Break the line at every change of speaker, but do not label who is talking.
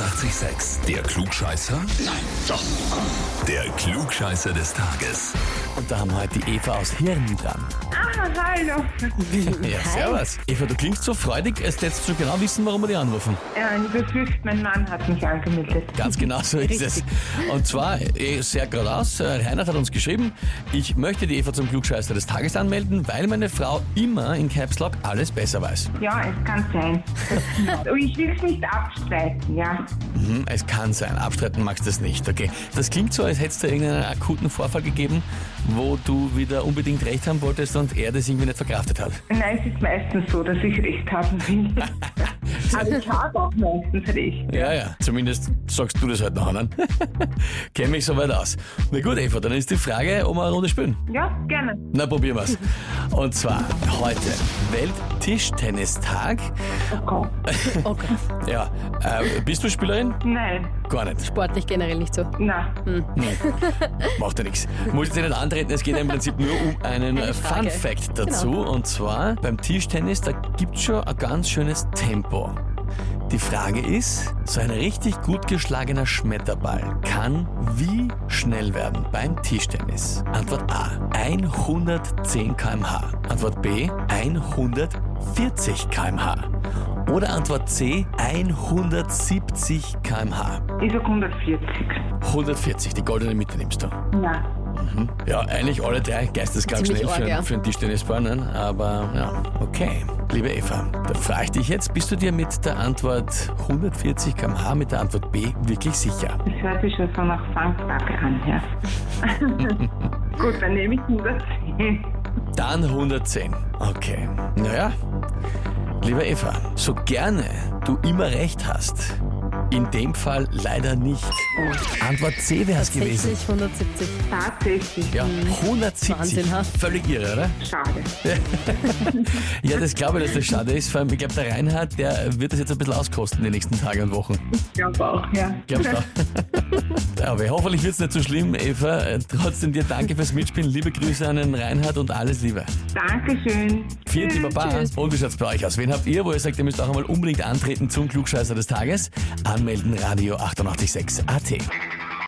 886, der Klugscheißer? Nein, doch. Der Klugscheißer des Tages.
Und da haben wir heute die Eva aus Hirn dran.
Ah, hallo.
Ja,
Hi.
servus. Eva, du klingst so freudig, als hättest du schon genau wissen, warum wir dich anrufen.
Ja, ich befürchte, mein Mann hat mich angemeldet.
Ganz genau so ist es. Und zwar eh, sehr geradeaus, äh, Reinhard hat uns geschrieben, ich möchte die Eva zum Klugscheißer des Tages anmelden, weil meine Frau immer in Caps Lock alles besser weiß.
Ja, es kann sein. Aber ich will es nicht abstreiten, ja.
Hm, es kann sein, abstreiten magst du es nicht, okay. Das klingt so, als hättest du irgendeinen akuten Vorfall gegeben, wo du wieder unbedingt recht haben wolltest und er das irgendwie nicht verkraftet hat.
Nein, es ist meistens so, dass ich recht haben will. Aber ich habe auch meistens recht.
Ja, ja, zumindest sagst du das heute noch an. Kenn mich soweit aus. Na gut, Eva, dann ist die Frage, ob wir eine Runde spielen.
Ja, gerne.
Na, probieren wir's. Und zwar heute Welttischtennistag.
Okay.
Okay.
Ja, äh, bist du Spielerin?
Nein,
Gar nicht.
Sportlich generell nicht so.
na,
Macht ja nichts. Muss jetzt nicht antreten, es geht ja im Prinzip nur um einen
Eine
Fun
Frage. Genau.
Fact dazu. Und zwar beim Tischtennis, da gibt's schon ein ganz schönes Tempo. Die Frage ist, so ein richtig gut geschlagener Schmetterball kann wie schnell werden beim Tischtennis? Antwort A, 110 km/h. Antwort B, 140 km/h. Oder Antwort C, 170 km/h.
ich sag 140.
140, die goldene Mitte nimmst du.
Na,
Mhm. Ja, eigentlich alle drei geisteskrank
Ziemlich
schnell
arg,
für,
ja.
für einen Tischtennisball, ne? aber ja, okay. Liebe Eva, da frage ich dich jetzt, bist du dir mit der Antwort 140 km/h, mit der Antwort B wirklich sicher?
das hört sich schon so nach Fangfrage an, ja. Gut, dann nehme ich 110.
Dann 110. Okay. Naja, liebe Eva, so gerne du immer recht hast, in dem Fall leider nicht.
Oh.
Antwort C wäre es gewesen.
60, 170.
Tatsächlich,
Ja, 170.
Wahnsinn, ha?
Völlig irre, oder?
schade.
Ja, das glaube ich, dass das schade ist. Vor allem, ich glaube, der Reinhard, der wird das jetzt ein bisschen auskosten die nächsten Tage und Wochen.
Ich glaube auch, ja.
Glaubst du? auch? Aber hoffentlich wird's nicht so schlimm, Eva. Äh, Trotzdem dir danke fürs Mitspielen. Liebe Grüße an den Reinhard und alles Liebe.
Dankeschön.
Vielen lieben Baba.
tschüss.
Und wie schaut's bei euch aus? Wen habt ihr, wo ihr sagt, ihr müsst auch einmal unbedingt antreten zum Klugscheißer des Tages? Anmelden Radio 886 AT.